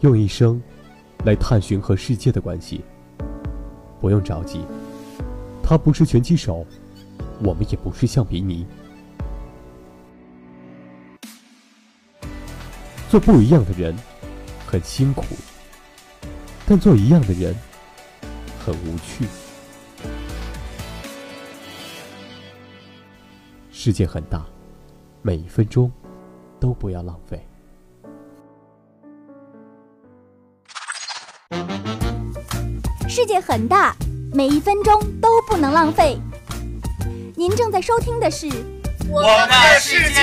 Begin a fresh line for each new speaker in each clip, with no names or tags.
用一生来探寻和世界的关系。不用着急，他不是拳击手，我们也不是橡皮泥。做不一样的人很辛苦，但做一样的人很无趣。世界很大，每一分钟都不要浪费。
世界很大，每一分钟都不能浪费。您正在收听的是《
我们的世界》。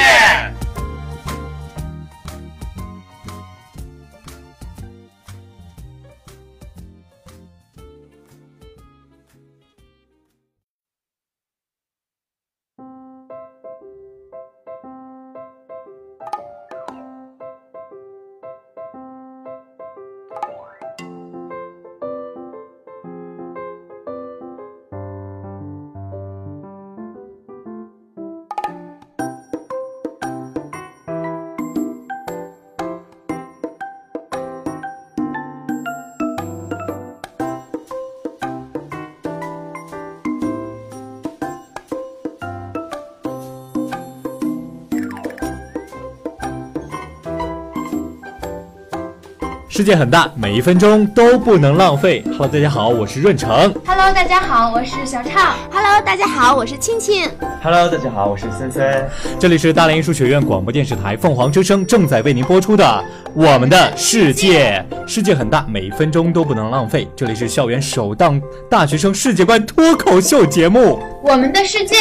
世界很大，每一分钟都不能浪费。Hello，大家好，我是润成。
Hello，大家好，我是小畅。
Hello，大家好，我是庆庆。
Hello，大家好，我是森森。
这里是大连艺术学院广播电视台凤凰之声，正在为您播出的《我们的世界》。世界很大，每一分钟都不能浪费。这里是校园首档大学生世界观脱口秀节目
《我们的世界》。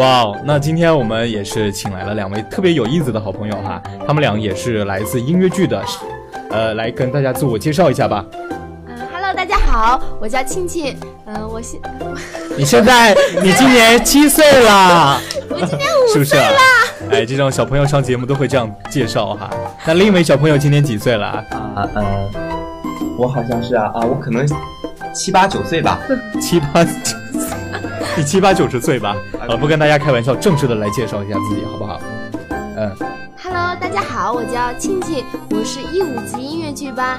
哇哦，那今天我们也是请来了两位特别有意思的好朋友哈，他们俩也是来自音乐剧的。呃，来跟大家自我介绍一下吧。
嗯、呃、，Hello，大家好，我叫庆庆。嗯、呃，我现
你现在你今年七岁啦，
我今年五岁啦。
哎，这种小朋友上节目都会这样介绍哈。那另一位小朋友今年几岁了？
啊呃，我好像是啊啊，我可能七八九岁吧，
七八九，你七八九十岁吧？呃，不跟大家开玩笑，正式的来介绍一下自己好不好？嗯。
Hello，大家好，我叫庆庆，我是一五级音乐剧班。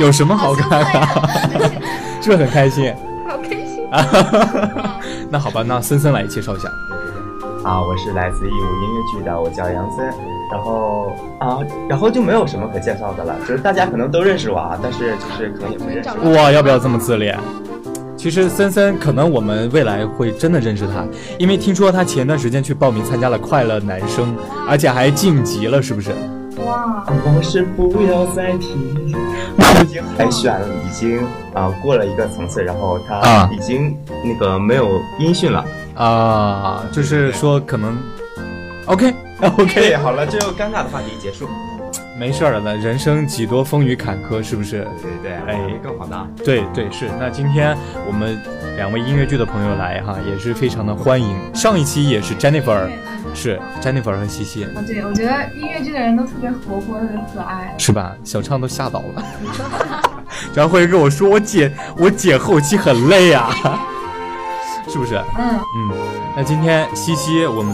有什么好看 的？是不是很开心？
好开心！
那好吧，那森森来介绍一下。
啊，我是来自义乌音乐剧的，我叫杨森。然后啊，然后就没有什么可介绍的了，就是大家可能都认识我啊，但是就是可能也不认识我。
哇，要不要这么自恋？其实森森可能我们未来会真的认识他，因为听说他前段时间去报名参加了快乐男生，而且还晋级了，是不是？
哇！
往事啊不要再提。他已经海选了，已经啊、呃、过了一个层次，然后他已经那个没有音讯了
啊，就是说可能。OK OK，
对， 好了，这又尴尬的话题结束。
没事儿了，人生几多风雨坎坷，是不是？
对对对，哎，更好的。
对对是。那今天我们两位音乐剧的朋友来哈，也是非常的欢迎。上一期也是 Jennifer，是 Jennifer 和西西。
啊，对，我觉得音乐剧的人都特别活泼，特别可爱，
是吧？小畅都吓到了， 然后会跟我说我姐，我姐后期很累啊， 是不是？
嗯
嗯。那今天西西我们。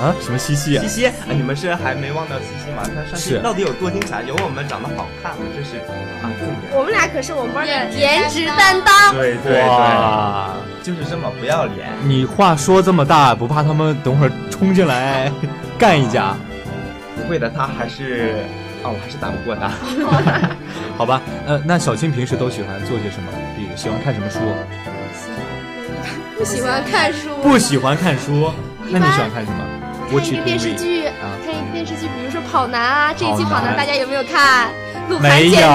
啊，什么西西啊？
西西啊，你们是还没忘掉西西吗？他上期到底有多精彩？有我们长得好看，真是啊，重点。
我们俩可是我们班的颜值担当。
对对对，就是这么不要脸。
你话说这么大，不怕他们等会儿冲进来 干一架？
不会的，他还是啊，我还是打不过他。
好吧，呃，那小青平时都喜欢做些什么？比如喜欢看什么书？
不喜欢看书。
不喜欢看书，那你喜欢看什么？
看一个电视剧，啊、看一个电视剧，比如说《跑男》啊，这一季《跑男》大家有没有看？鹿晗
没有，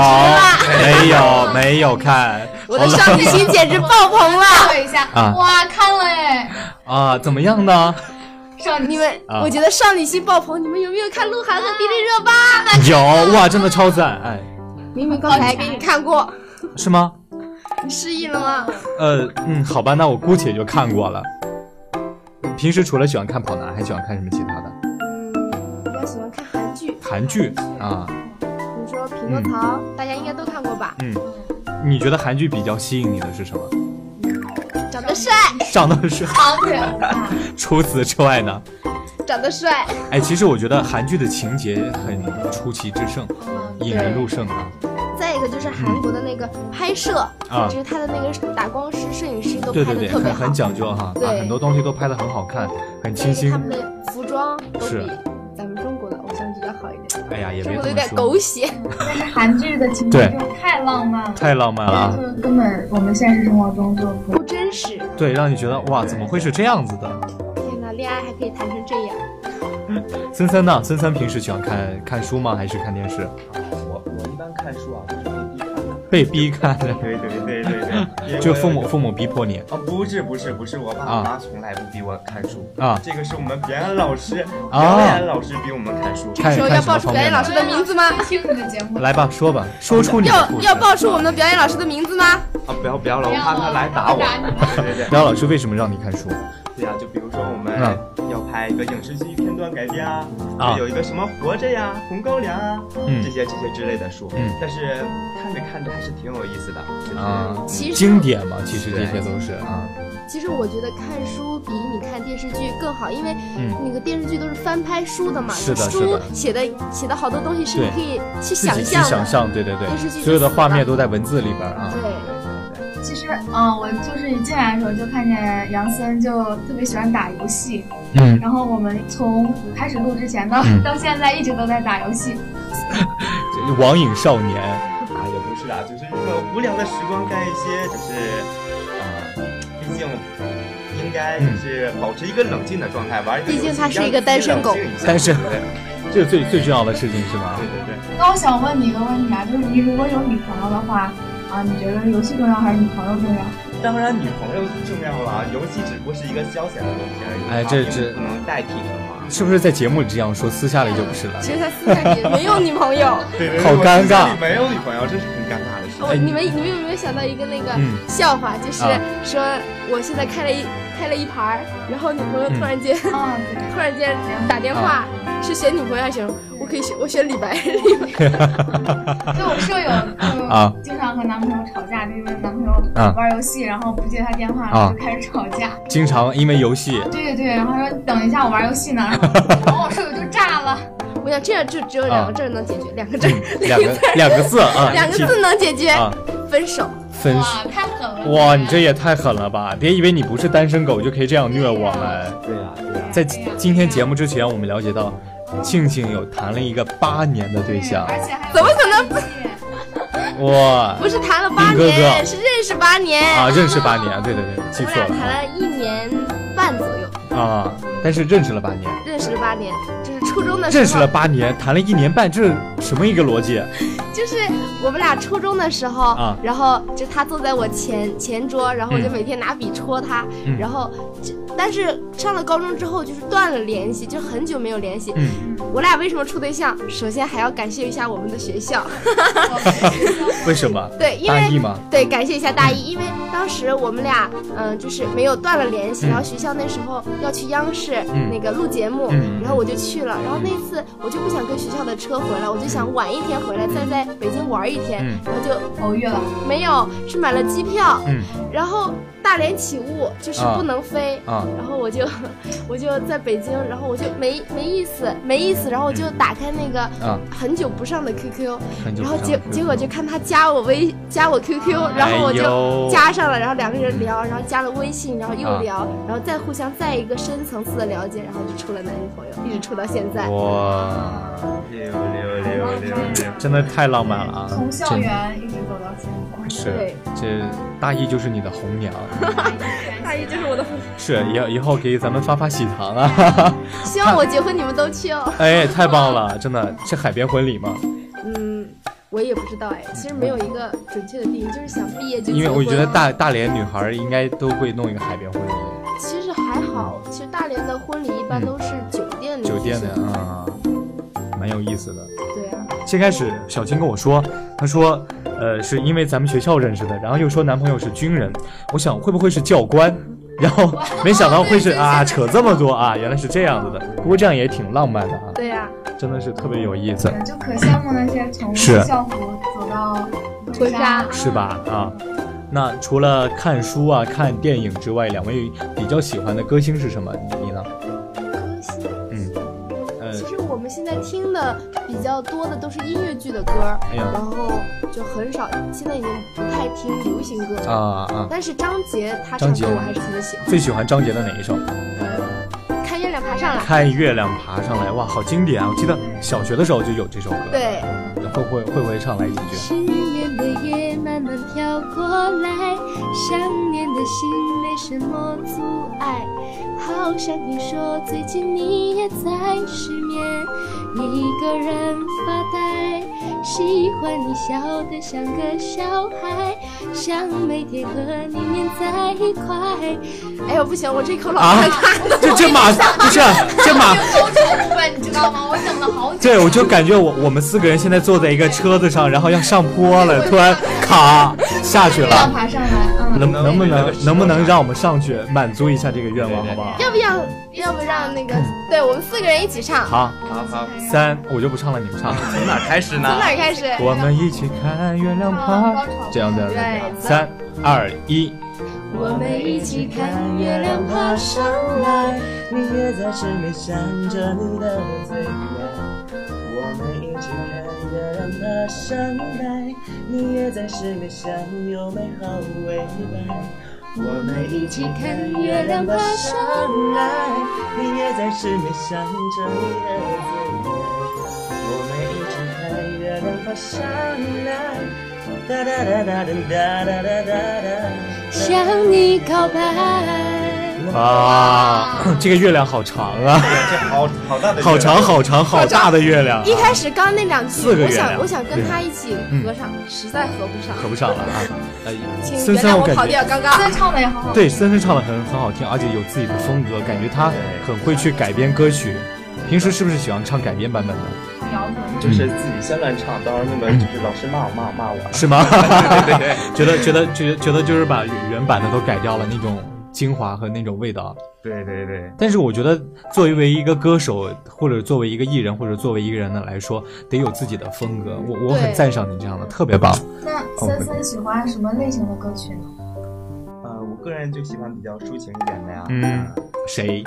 没有，没有看，
我的上进心简直爆棚了！
等一下，啊、哇，看了哎！
啊，怎么 样呢？
少
你们， 啊、我觉得少女心爆棚，你们有没有看鹿晗和迪丽热 巴？
有哇，真的超赞！哎，
明明
刚才哦给你看过，
是吗？
你失忆了吗？
呃，嗯，好吧，那我姑且就看过了。平时除了喜欢看跑男，还喜欢看什么其他的？
嗯，比较喜欢看韩剧。
韩剧啊，
比如说《匹诺曹》，大家应该都看过吧？
嗯，你觉得韩剧比较吸引你的是什么？
长得帅，
长得帅。
好可
除此之外呢？
长得帅，
哎，其实我觉得韩剧的情节很出奇制胜，
嗯
引人入胜啊。
再一个就是韩国的那个拍摄，
啊
就是他的那个打光师、摄影师都
对
拍
对
的
对，
特别
很
好，
很讲究啊哈，把
对
很多东西都拍得很好看，很
所
清
以
新
他。们的服装都
是
比咱们中国的偶像剧要好一点，
哎呀，也
中
别
国的有
这么
点
说
狗，血，
但是韩剧的情
对
节就太浪漫了，
太浪漫了啊。
就根本我们现实生活中就不
不真实。
对，让你觉得哇，怎么会是这样子的？
天哪，恋爱还可以谈成这样，
森森呢？森森平时喜欢看看书吗？还是看电视？
我我一般看书啊，我是被逼看的。
被逼看的，
对对对对 对，因为我
就
有
父母
一个
父母逼迫你
啊，不是不是不是，我爸
啊
我妈从来不逼我看书，
啊？
这个是我们表演老师，
啊
表演老师逼我们看书。
这个时候
看
要
什么
报出
方
表演
面
老
的
师的名字吗？
听你的节目。
来吧，说吧，说出你的
要
故事
要。报出我们的表演老师的名字吗？
啊，不要不要了，我怕他来打我。 对对对，
苗老师为什么让你看书？
对呀，就比如说我们
嗯
要拍一个影视剧片段改编啊，
啊
有一个什么《活着》呀、《红高粱》啊，
嗯
这些这些之类的书
嗯，
但是看着看着还是挺有意思的，就是
啊，
嗯其实嗯
经典嘛，其实这些都是啊。
其实我觉得看书比你看电视剧更好，因为
嗯
那个电视剧都是翻拍书的嘛，
是的是
书
的
写的写的好多东西是你
对
可以去
自己
想
去
象
想
的。
象，对对
电视剧
对，
就
所有的
死
画面
了
都在文字里边儿啊。
对，
其实，嗯、我就是一进来的时候就看见杨森就特别喜欢打游戏，
嗯，
然后我们从开始录之前到、
嗯
到现在一直都在打游戏，
网瘾少年，
啊，也不是啦，就是一个无聊的时光，干一些就是啊，毕竟应该就是保持一个冷静的状态，玩一个游戏
毕竟他是一个单身
让
狗
自己冷静一下
单身
对
这是最最重要的事情是吗？
对对对，
那我想问你一个问题啊，就是你如果有女朋友的话，啊，你觉得游戏重要还是女朋友重要？
当然女朋友重要了，啊游戏只不过是一个消遣的东西而已，
哎
它
这
并
这
不能代替什么。
是不是在节目里这样说，私下里就不是了？
其实他私下里没有女朋友。
对对对
好尴
我
尬
自己没有女朋友，这是很尴尬的事
我
情。
哦你们你们有没有想到一个那个
哎嗯
笑话，就是
啊
说我现在开了一开了一盘儿，然后女朋友突然间、
啊，对，
突然间打电话
嗯啊，
是选女朋友还是选我可以选我选李白， 李白
就我舍友
啊
就经常和男朋友吵架，就是因为男朋友
啊
玩游戏，然后不接他电
啊
话，然后就开始吵架。
经常因为游戏，
对对对，然后说等一下我玩游戏呢， 然后然后我舍友就炸了。
我想这样就只有
啊
两个字儿能解决，两个字儿，
两个两个字啊，
两个字能解决，
嗯啊，
分手。
分手。
哇，太狠了！
哇，你这也太狠了吧！别以为你不是单身狗就可以这样虐我们。
对呀、对呀、
在今天节目之前，我们了解到，庆庆有谈了一个八年的对象，
而且还有
怎么可能
不？
哇
不是谈了八
林哥哥
年，是认识八年。
啊，认识八年，对对对，
我
记
们
错
俩
了
谈了一年半左右，
啊啊，但是认识了八年，
认识了八年，就是初中的时候。
认识了八年，谈了一年半，这是什么一个逻辑？
就是我们俩初中的时候，
啊
然后就他坐在我前前桌，然后我就
嗯
每天拿笔戳他，
嗯
然后就但是上了高中之后就是断了联系，就很久没有联系。
嗯，
我俩为什么处对象？首先还要感谢一下我们的学校，
为什么？
对，因
嗯大嗯
为
意吗？
对，感谢一下大一，因为当时我们俩，嗯、就是没有断了联系，
嗯
然后学校那时候要去央视、
嗯
那个录节目，
嗯
然后我就去了，然后那次我就不想跟学校的车回来，我就想晚一天回来，再在北京玩一天，
嗯
然后就
偶遇了，
没有，是买了机票，
嗯
然后大连起雾，就是
啊
不能飞。
啊，
然后我就， 我就在北京，然后我就没没意思，没意思，然后我就打开那个
啊
很久不上的 QQ，
很久
然
不
后
上
结
了
结果就看他加我微加我 QQ，然后我
哎呦
就加上了，然后两个人聊，然后加了微信，然后又
啊
聊，然后再互相再一个深层次的了解，然后就处了男女朋友，一直处到现在。
哇，
六六六六六。
真的太浪漫了啊！
从校
真的
园一直走到现在。
是
对
这大一就是你的红娘，啊
大姨就是我的，
是以后以后给咱们发发喜糖啊！
希望我结婚你们都去哦。
哎，太棒了，真的是海边婚礼吗？
嗯，我也不知道哎，其实没有一个准确的定义，就是想毕业就
因为
结
我
婚
觉得
啊
大大连女孩应该都会弄一个海边婚礼，
其实还好，其实大连的婚礼一般都是酒店里
酒店嗯的
举行
啊，蛮有意思的。
对啊，
先开始，小青跟我说，她说，呃，是因为咱们学校认识的，然后又说男朋友是军人，我想会不会是教官，然后 没想到会是啊，扯这么多啊，原来是这样子的。不过这样也挺浪漫的啊，
对啊，
真的是特别有意思，
就可羡慕那些从
是
校服走到
婚纱
是吧？啊，那除了看书啊、看电影之外，两位比较喜欢的歌星是什么？你呢？
歌星
嗯，
现在听的比较多的都是音乐剧的歌儿，
哎呀
然后就很少，现在已经不太听流行歌了。
啊啊！
但是张杰他
张
唱
杰
歌我还是特别喜欢，
最喜欢张杰的哪一首？
呃，看月亮爬上来，
看月亮爬上来，哇，好经典啊！我记得小学的时候就有这首歌。，
对，
会不会会不会唱来几句？
失眠的夜慢慢飘过来，想念的心没什么阻碍。好想你说最近你也在失眠，一个人发呆。喜欢你笑得像个小孩，想每天和你黏在一块。
哎呦不行，我这口老
啊
尴尬了。
这这马不是这马，
好丑怪，你知道吗？我等了好久。
对我就感觉我我们四个人现在坐在一个车子上，然后要上坡了，突然咔下去
月亮
了。
爬上来，嗯。
能能不能能不能让我们上去满足一下这个愿望，好不好？
要不要要不让那
嗯
个，对我们四个人一起唱，
好，
好好，
三我就不唱了，你们唱。
从哪开始呢？
从哪儿开始？
我们一起看月
嗯
亮爬，这样这样这样。三二一，
我们一起看月亮爬上来。
你也在失眠，想着你的嘴脸。我们一起看月亮爬上来，你也在失眠，想有美好未来。我们一起看月亮爬上来，你也在失眠，想着你的嘴脸。我们一起看月亮爬上来，哒哒哒哒哒哒哒哒哒。
向你告白。
哇， 这个月亮好长啊，
这好好大的
好长好长好大的月亮啊，
一开始刚那两句，
四个
我
月亮
想我想跟他一起
嗯
合唱，实在合不上
合。不上了啊。
请
森
原
森
谅
我
我
感
跑
觉啊
调，刚刚
再唱的也好好。
对，森森唱的很很好听，而且有自己的风格，感觉他很会去改编歌曲。平时是不是喜欢唱改编版本的？
唱摇滚。
就是自己先乱唱，到时候那个就是老师骂我骂我骂我。
是吗？ 觉得觉得觉得觉得就是把原版的都改掉了那种精华和那种味道。
对对对，
但是我觉得，作为一个歌手，或者作为一个艺人，或者作为一个人呢来说，得有自己的风格。我我很
对
赞赏你这样的，特别棒。
那
哦
森森喜欢什么类型的歌曲呢？
呃，我个人就喜欢比较抒情一点的呀。
嗯谁？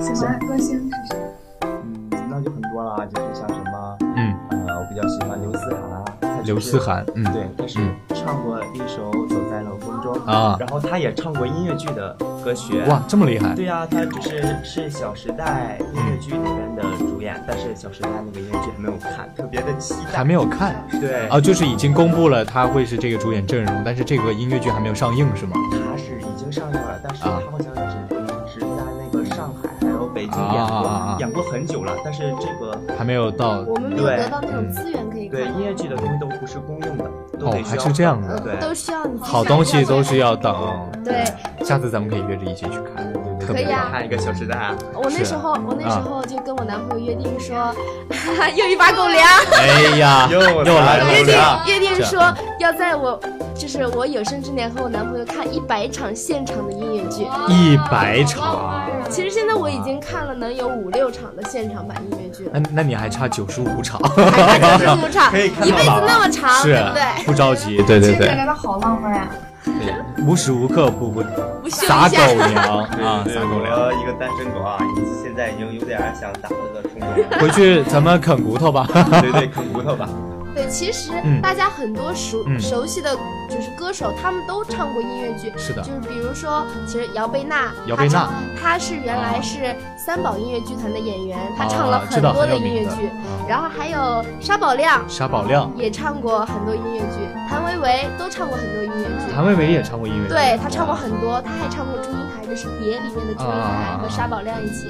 喜欢歌星是谁？
嗯，那就很多了，就是像什么，
嗯，
呃，我比较喜欢刘思涵啊。她就是
刘思。涵。嗯，
对，她是唱过一首《走在冷风中》
啊
然后她也唱过音乐剧的歌曲。
哇，这么厉害！
对呀、她就是是《小时代》音乐剧里面的主演，但是《小时代》那个音乐剧还没有看，特别的期待。
还没有看
对
啊，就是已经公布了他会是这个主演阵容，但是这个音乐剧还没有上映，是吗？
他是已经上映了，但是他
啊
好像只只在那个上海还有北京演过，
啊啊啊
演过很久了。但是这个
还没有到
我们没有
对
得到那种资源可以看
对，音乐剧的东西都不是公用的，都
哦
得，需
还
要
是这样的。
对
都需要你
好东西都是要等，
对，
下次咱们可以约着一起去看，特
可
别
以啊
棒。
看一个《小时代》啊，
我那
是
时候，我那
啊
时候就跟我男朋友约定说， 哈哈，又一把狗粮。
哎呀，
又
来
来了
了
约
又来了。
定约
啊这
定
样
说要在我就是我有生之年和我男朋友看一百场现场的音乐剧。
一百场，
其实现在我已经看了能有五六场的现场版音乐剧了
那，那你还差九十五场，
还看
啊
这么长，
可以看
一
到
辈子那么长，
是啊
对不 对？
不着急，对
这个来的好浪漫呀！
对，无时无刻不不
不秀
撒
一
狗
下，
粮啊，撒狗粮。
我一个单身狗啊，现在已经有点想打字的冲 动了。
回去咱们啃骨头吧，
对对，啃骨头吧。
对，其实
嗯
大家很多熟
嗯
熟悉的就是歌手，他们都唱过音乐剧。
是的
就是比如说，其实姚贝娜，
姚贝娜
她唱，她是原来是三宝音乐剧团的演员，她唱了
啊
很
知道
多
很
的
有
音
名
乐
的
剧，
啊
然后还有沙宝亮
沙宝亮，
也唱过很多音乐剧，谭维维都唱过很多音乐剧。
谭维维也唱过音乐剧，
对她唱过很多，她还唱过祝英台，就是《蝶》里面的祝英台
啊
和沙宝亮一起。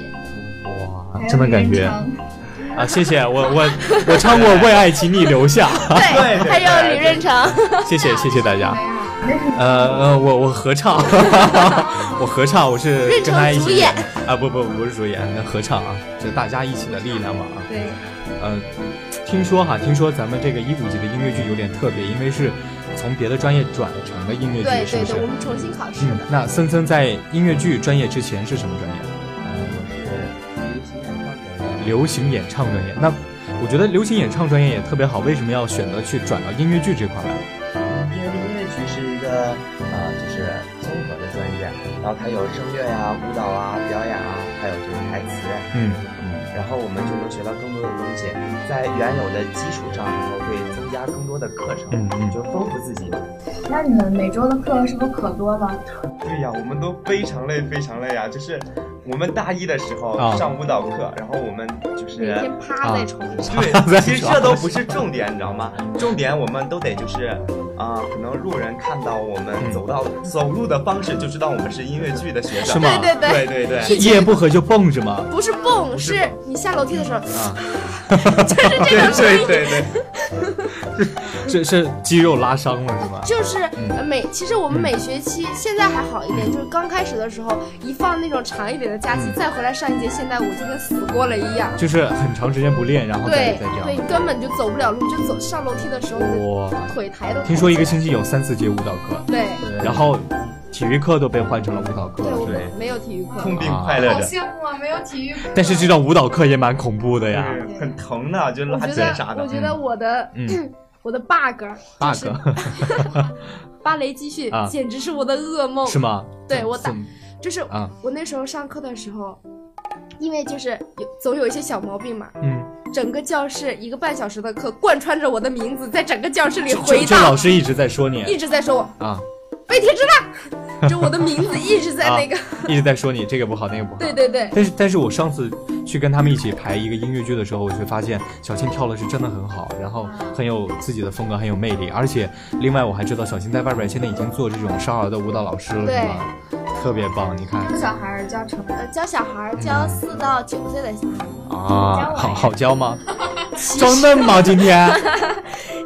哇
还，有
真的感
李
觉
元昌
啊，谢谢我我我唱过《为爱情你留 下
对对
还有李
对
润成，》，
谢谢谢谢大家
哎。呀，
呃呃，我我合唱， 我合唱，我是
润
跟他一
成主
起
演
啊，不不不是主演，合唱啊，这大家一起的力量嘛啊。
对，
呃，听说哈，听说咱们这个一五级的音乐剧有点特别，因为是从别的专业转成的音乐
对
剧，是
对
不是
对，我？们重新考试
嗯
的，，
那森森在音乐剧专业之前是什么专业？
呃我是呃流行演唱人。
流行演唱专业。那我觉得流行演唱专业也特别好，为什么要选择去转到音乐剧这块来？
因为音乐剧是一个呃，就是综合的专业，然后它有声乐呀、舞蹈啊、表演啊，还有就是台词。
嗯
然后我们就能学到更多的东西，在原有的基础上，然后会增加更多的课程，
嗯嗯
就丰富自己。
那你们每周的课是不是可多了？
对呀，我们都非常累，非常累啊！就是我们大一的时候
啊
上舞蹈课，然后我们就是
每天趴在床上，
对，其实这都不是重点，你知道吗？重点我们都得就是，啊、可能路人看到我们
嗯
走到、走路的方式，就知道我们是音乐剧的学
是
生。
吗？
对
对
对
对对，
是一言不合就蹦是吗？
不是蹦，是你下楼梯的时候，
啊，
就是这种声
对对
音。
对对，
这是肌肉拉伤了是吗？
就是
嗯
呃每，其实我们
嗯
每学期现在还好一点，
嗯
就是刚开始的时候，一放那种长一点的假期，
嗯
再回来上一节现代舞，就跟死过了一样。
就是很长时间不练，然后再
对
再哦这
对
样。，
根本就走不了路，就走上楼梯的时候，
哇，
腿抬都抬不起来。
听说一个星期有三四节舞蹈课，
对
然后体育课都被换成了舞蹈课
对，我
之类的。
没有体育课，
痛并快乐
好
着，
羡慕啊，没有体育课。
但是这种舞蹈课也蛮恐怖的呀。
嗯很疼的，就
我
拉
觉
筋啥
得
的。
我觉得我的
嗯
我的 bug
，bug
芭蕾集训
啊
简直是我的噩梦，
是？吗？
对我打
怎么
就是
啊，
我那时候上课的时候，因为就是有总有一些小毛病嘛，
嗯，
整个教室一个半小时的课贯穿着我的名字，在整个教室里
这
回
这这老
荡，
师一直在说你
一直在 说我
啊，
被停职了，就我的名字一直在那 个，
一直在说你这个不好那个不好。
对对对，
但是，但是我上次去跟他们一起排一个音乐剧的时候，我就发现小新跳的是真的很好，然后很有自己的风格，很有魅力。而且，另外我还知道小新在外边现在已经做这种少儿的舞蹈老师了，
对
是吧？特别棒，你看
教小孩儿教成人，
呃，教小孩儿
嗯
教四到九岁的小孩儿，
啊，好好 教吗？
其
装嫩吗？今天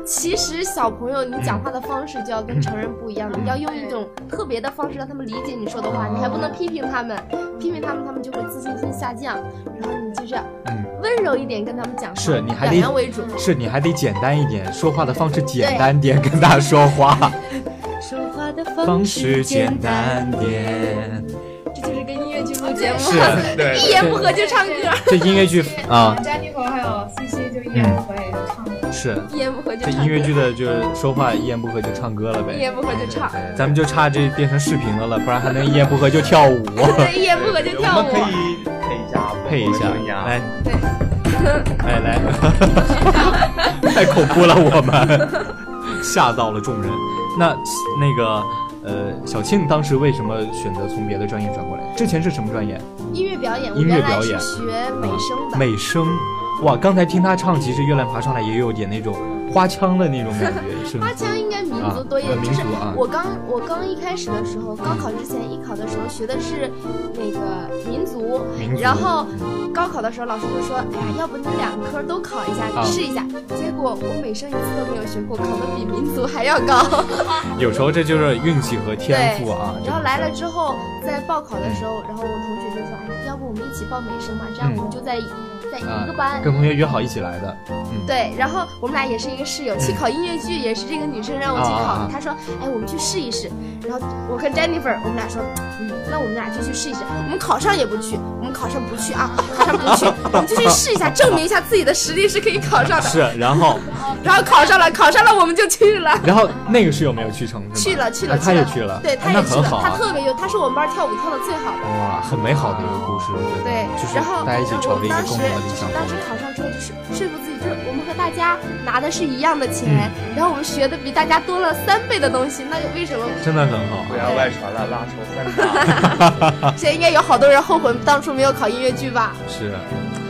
其实小朋友，你讲话的方式就要跟成人不一样，
嗯
你要用一种特别的方式让他们理解你说的话，
哦
你还不能批评他们，批评他们他们就会自信心下降。然后你就是
嗯
温柔一点跟他们讲话，
是你还
表
得
扬为主。
是你还得简单一点，说话的方式简单点，跟他说话
说话的
方
方
式
式
简
简单。
单点。
这就是跟音乐剧录节目，
是，
对
一言不合就唱歌，
这音乐剧啊，嗯
詹妮弗还有 C C 就一言不合也就唱了。
是
一言不合就
这
唱歌，
音乐剧的就是说话一言不合就唱歌了呗，
一言不合就 唱，
咱们就差这变成视频了了，不然还能一言不合就跳舞。
对，一言不合就跳
我
舞
们可。以配一下，
配一下
配一，下。
来，
对，
来来，太恐怖了，我们吓到了众人。那那个呃，小庆当时为什么选择从别的专业转过来？之前是什么专业？
音乐表演，我
音乐
原来
表
是
演
学美声的，
美声。哇，刚才听他唱，其实《月亮爬上来》也有点那种花腔的那种感觉，是吗
花？腔应该民族多一
啊
点，
呃
就是
民族啊
我刚我刚一开始的时候，高考之前艺考的时候学的是那个民族，
民族
然后高考的时候老师就说，哎呀，要不你两科都考一下，
啊
你试一下。结果我每声一次都没有学过，考的比民族还要 高。
有时候这就是运气和天赋啊。
然后来了之后，在报考的时候，然后我同学就说，哎呀，要不我们一起报美声嘛，这样
嗯
我们就在在
啊
一个班，
跟同学约好一起来的，
对，然后我们俩也是一个室友，去考音乐剧也是这个女生让我去
嗯啊啊
考
啊
的，她说，哎，我们去试一试。然后我跟 Jennifer，我们俩说，嗯，那我们俩就去试一试。我们考上也不去，我们考上不去啊，考上 不去，我们就去试一下，证明一下自己的实力是可以考上的。
是，啊然后
然后考上了，考上了我们就去了。
然后那个室友没有去成，是吗
去了去了
啊
去
他也
了
去了，
对，
啊
她
那
也去
很
了
好，
她
啊，
特别优，她是我们班跳舞跳的最好的。
哇，很美好的一个故事，我觉得，
对，
嗯就是
然后
大家一起朝着一个共同的理
我
想
们
走
当时当时考上之后就是说服自己，就是我们和大家拿的是一样的钱，
嗯
然后我们学的比大家多了三倍的东西，那为什么？
真的很好啊
不。
哎
要外传了，拉仇恨吧。
这应该有好多人后悔当初没有考音乐剧吧？
是，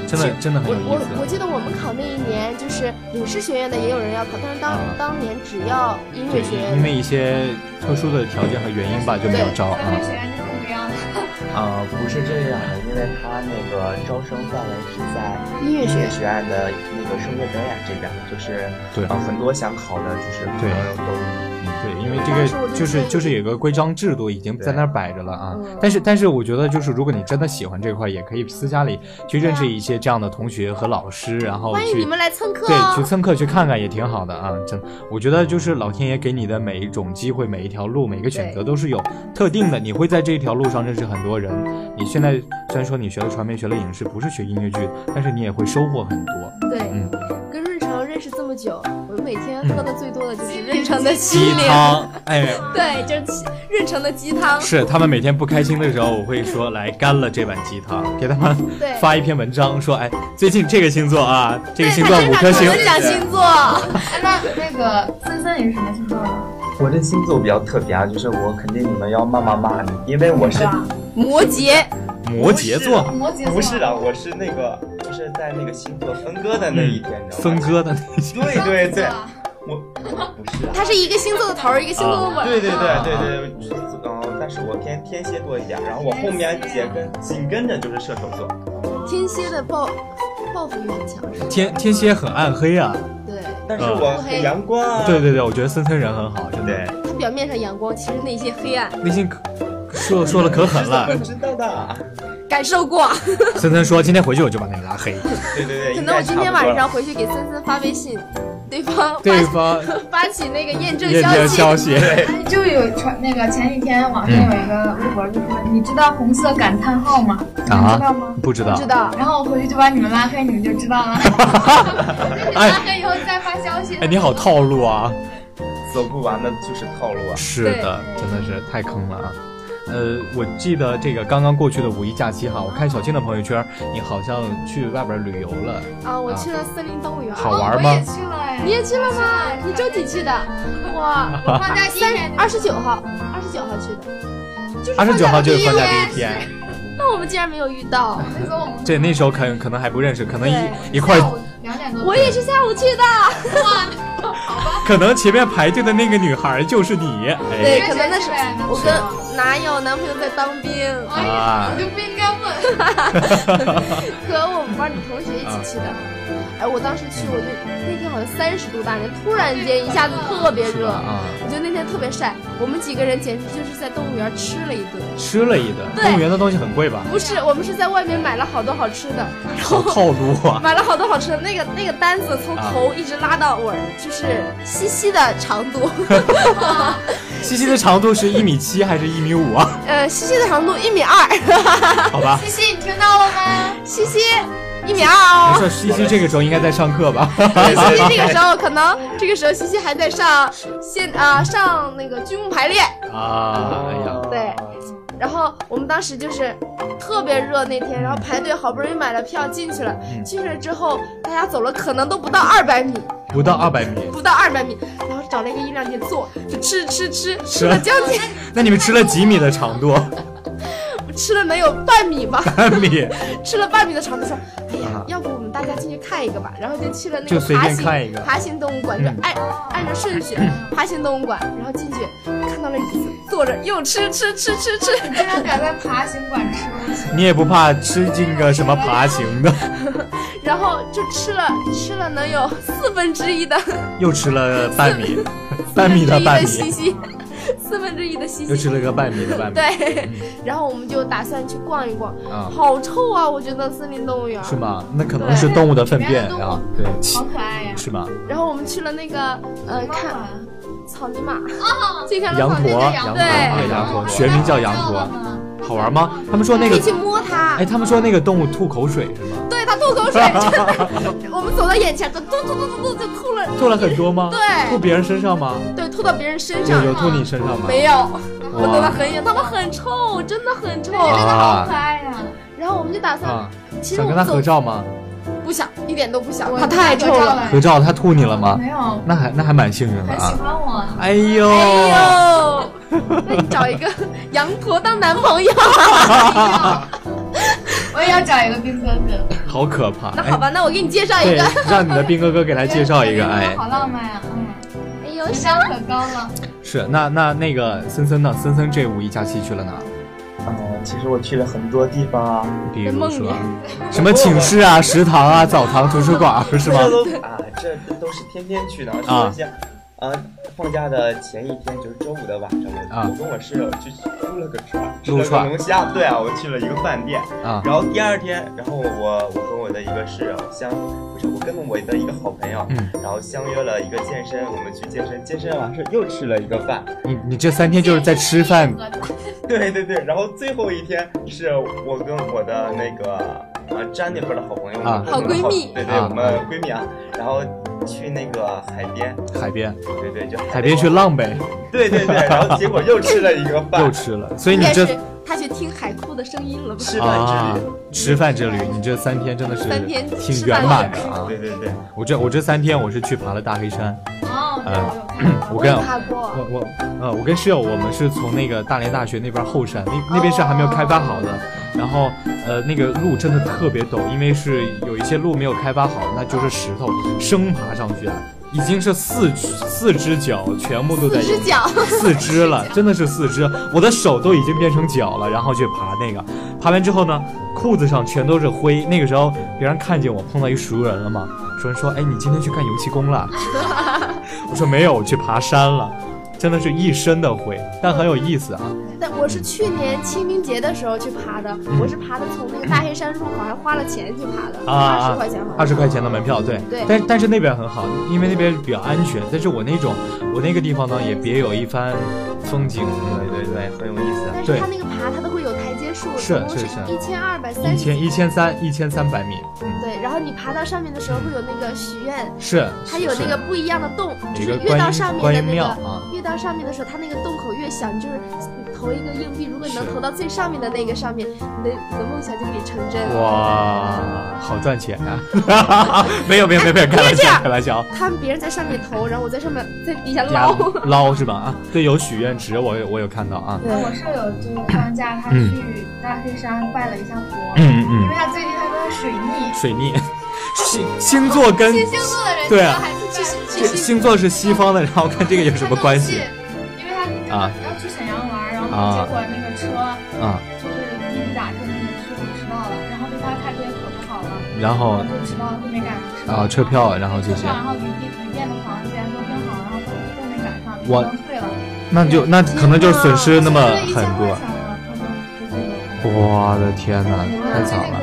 真的
是
真的很
我
有意
我我
思。
记得我们考那一年，就是影视学院的也有人要考，但是当、
啊
当年只要音
对
乐学，
因
院
为一些特殊的条件和原因吧，就没有招
咱们
啊
学院就是不一样的。
啊、不是这样，因为他那个招生范围是在
音乐
音
学
乐
院
学院的那个声乐表演这边，就是
对
呃很多想考的，就是朋
对
友都
对，因为这
当时我就
个
嗯
就是
建议
就是有个规章制度已经在那儿摆着了啊。但是但是我觉得就是如果你真的喜欢这块儿，也可以私下里去认识一些这样的同学和老师，然后
啊欢迎
去
你们来蹭课
对，去
哦。
蹭课去看看也挺好的啊，真的，我觉得就是老天爷给你的每一种机会、每一条路、每个选择都是有特定的，你会在这一条路上认识很多人。你现在虽然说你学了传媒、学了影视，不是学音乐剧，但是你也会收获很多。
对，
嗯，
跟润成认
认识这么久，我每天喝的最多的就是润成的
鸡
心灵，
汤，哎，
对， 就是鸡润成的鸡汤，
是他们每天不开心的时候，我会说来干了这碗鸡汤，给他们
对，
发一篇文章说，哎，最近这个星座啊，这个星座
对
五
他
颗
经常
星
给我，们讲星 座，
哎，那那个森森你是什么星座的？
我这星座比较特别啊，就是我肯定你们要骂骂骂你，因为我是
摩羯，
摩羯座，
摩羯座。
不是的，啊我是那个就是在那个星座分割的那一天，你知道吗？
嗯分割的那些，
对对对，我我不是啊。
它是一个星座的头儿，一个星座的尾
啊
啊
儿，
对对对对对，对嗯、但是我偏天蝎多一点，然后我后面紧跟紧跟着就是射手座，
天蝎的报报复欲很强，是吧？
天天蝎很暗黑啊，
对，
但是我
嗯
很阳光啊，
对对对，我觉得森森人很好，真的，
对，
他表面上阳光，其实内心黑暗，
内心可说说的可狠
我
了，
知道的，
感受过。
森森说今天回去我就把你拉黑，
对对对，
可
应
能
该
我今天
差不多了
晚上回去给森森发微信，对方
对
发
方
发起那个验证
验
消
证
息，
消息，
哎，就有传那个前几天网上
嗯
有一个微博就说，你知道红色感叹号吗？ 你们
啊
知道吗？
不知道
知，道？
然后我回去就把你们拉黑，你们就知 道了。拉
哎
黑以后再发消息。
哎，你好套路啊。
走不完的就是套路啊，
是的，真的是太坑了啊！呃，我记得这个刚刚过去的五一假期哈，我看小青的朋友圈，你好像去外边旅游了，
啊，我去了森林动物园。
好玩吗？
去了哎
你也去了吗？你周 几去的？哇，
我放假第一
三
天就
二十九号，二十九号去的，就是
二十九号就是放假第
一
一
天。
天，
那我们竟然没有遇到，
那时候我们
对，那时候可能可能还不认识，可能一一块儿
下，午两点多。
我也是下午去的。
可能前面排队的那个女孩就是你，
对，
哎，
可能那时
是吧
候我跟哪有男朋友在当兵，
哎
啊
呀，你就不应该问。
和我们班的同学一起去
啊
的。哎，我当时去，我就那天好像三十度大年，突然间一下子特别
是
热
吧？，啊，
我觉得那天特别晒。我们几个人简直就是在动物园吃了一顿，
吃了一顿，
对
动物园的东西很 贵吧？
不是，我们是在外面买了好多好吃的，然
好
后
套路啊！
买了好多好吃的，那个那个单子从
啊
头一直拉到尾儿，就是细细的长 度，
西西的长度是一米七还是一米五 啊？
呃，细细的长度一米二，
好吧，
西西，你听到了吗？
西西一米二
没事，
哦。
西西这个时候应该在上课 吧？
对西西这个时候可能这个时候西西还在上现啊、上那个军幕排练，
啊，哎呀，
对。然后我们当时就是特别热那天，然后排队好不容易买了票进去了，
嗯
进去了之后大家走了可能都不到二百米，
不到二百米，
不到二百米，然后找了一个饮料店坐，就吃吃吃吃了将近
那你们吃了几米的长度？
吃了能有半米吧，
半米，
吃了半米的肠子说，哎呀
啊，
要不我们大家进去看一个吧，然后就去了那
就
个
随
爬
便看一
行
个
爬行动物馆，就
嗯
按按照顺序爬行动物馆，然后进去看到了椅子，坐着又吃吃吃吃吃，
你竟然敢在爬行馆吃东西，
你也不怕吃进个什么爬行的？
然后就吃了吃了能有四分之一的
又吃了半米，
四
半
分之
米
一
的半
的西
米，
西，四分之一的西
又吃
西，
了个半米的半米，
对，然后我们就打算去逛一逛，
嗯啊，
好臭啊，我觉得森林动物园
是吗？那可能是动物的粪便
对
啊，对，
好可爱呀！
是吗？
然后我们去了那个，呃，看草泥马，去看了
羊
草泥
驼，
马，
羊驼，
对，
啊，羊驼，学名叫羊驼，好玩吗？他们说那
可
个
以，去摸它，
哎，他们说那个动物吐口水是吗？
对它吐口水， 真的，我们走到眼前，它吐吐吐吐吐就吐了，
吐了很多吗？
对
吐别人身上吗？
对，吐到别人身
有
上，
有吐你身上吗？
没有，我
哇
走到很远，它们很臭，真的很臭。
好可
啊
爱呀！
然后我们就打算，
啊！
其实
想
我
跟他
们
合
走
照吗？
不想，一点都不想，
我
它太臭了，
了
合照，他吐你了吗？
没有，
那还那还蛮幸运的
很喜
啊！
欢我。
哎呦，
哎呦，那你找一个羊驼当男朋友，
啊
我也要找一个兵哥 哥。
好可怕！
那好
哎，
吧，那我给你介绍一
对
个。，
让你的兵哥哥给他介绍一个。哎，
好浪漫呀！嗯，
哎呦，
情商可高了。
是那那那个森森呢？森森这五一假期去了哪？
嗯，其实我去了很多地方啊，
比
在
如
梦
说
里
什么寝室啊、食堂啊、澡堂、图书馆啊是 吗
这？ 都啊，这这都是天天去的，说一下。啊，放假的前一天就是周五的晚上，我、
啊
我跟我室友去撸了个串儿，吃
撸
了
串儿
个龙虾。对啊，我去了一个饭店，
啊
然后第二天，然后我我跟我的一个室友相，不是我跟我的一个好朋友，
嗯
然后相约了一个健身，我们去健身，健身完事又吃了一个饭，
你你这三天就是在吃饭
和
对对对，然后最后一天是我跟我的那个啊詹妮弗的好朋友
啊
好闺蜜
对对，
啊
我们闺蜜啊，然后去那个海边，
海边，
对对，就
海边去浪呗，
对对对，然后结果又吃了一个饭，
又吃了。所以
应
你
该
这
是他去听海哭的声音了吧？
吃饭
啊
之旅，，
吃饭之旅，你这三天真的是
三天
挺圆满的
吃
啊！
对对对，
我这我这三天我是去爬了大黑山，嗯
哦，对，我
我也
我
有看到
跟
怕过，
我我呃，我跟室友我们是从那个大连大学那边后山，那那边是还没有开发好的，然后呃那个路真的特别陡，因为是有一些路没有开发好，那就是石头生爬上去啊，已经是四四只脚全部都在
四只脚，
四肢了，真的是四肢，我的手都已经变成脚了，然后去爬那个，爬完之后呢，裤子上全都是灰。那个时候别人看见我碰到一熟人了嘛，熟人说：“哎，你今天去看油漆工了？” 我说：“没有，我去爬山了。”真的是一身的灰，但很有意思啊。
但我是去年清明节的时候去爬的，我是爬的从那个大黑山入口，还花了钱去爬的，二
啊
十块钱好
二
像。
十块钱的门票，对，
对
但但是那边很好，因为那边比较安全。但是我那种，我那个地方呢，也别有一番风景。
对对对，很有意思。
但是
啊对
它那个爬，它都会有台阶数，
是
总共
是
是
是
一千二百
一
三十
千。一千三一千三百米，嗯，
对，然后你爬到上面的时候会有那个许愿，
是，
它有
是
那个不一样的洞，就
有
是
一个
越到上面
观
的
音
那
庙
个嗯
啊，
越到上面的时候，它那个洞口越小，你就是你投一个硬币，如果你能
是
投到最上面的那个上面，你的你的梦想就可以成真。
哇，好赚钱啊！ 没有没有没有没有，开玩
这
笑
样
开玩笑，
他们别人在上面投，然后我在上面在底下
呀
捞。
捞是吧？啊，对，有许愿池，我有我有看到啊。
对
我舍友就是放假，他
嗯
去大黑山拜了一下佛，
嗯嗯
因
嗯，
为他最近他跟水逆，
水逆，星星座跟
信星座的人
对啊
还是去
这星座是西方的，然后跟这个有什么关系？？
因为他
啊
要去沈阳玩，然后
啊
结果那个车
啊？
就是一直打车，那个师傅迟到了，然后被他开车也可不好了，
然后
就迟到了，就没赶上车
哦啊，车票，然后这些，
然后旅店旅店的房间都订好，然后都都没赶上，
我
都退了，
那就那可能就损失那么很多。
多。
我的天哪，太惨了！。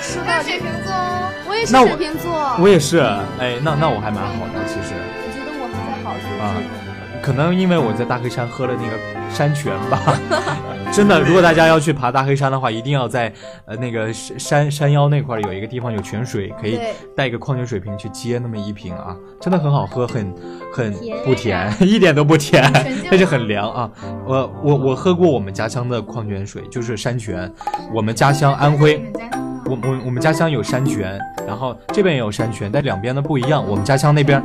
说到水瓶座哦，
我也是
那我
水瓶座，
我也是，哎，那那我还蛮好的，其实。
我觉得我还在好一点
啊，可能因为我在大黑山喝了那个山泉吧。真的，如果大家要去爬大黑山的话，一定要在呃那个山山山腰那块儿有一个地方有泉水，可以
对
带一个矿泉水瓶去接那么一瓶啊，真的很好喝，很很
甜
不甜， 一点都不甜
纯 净，
但是很凉啊。我我我喝过我们家乡的矿泉水，就是山泉，我们家乡安徽。我我我们家乡有山泉，然后这边也有山泉，但两边的不一样。我们家乡 那边，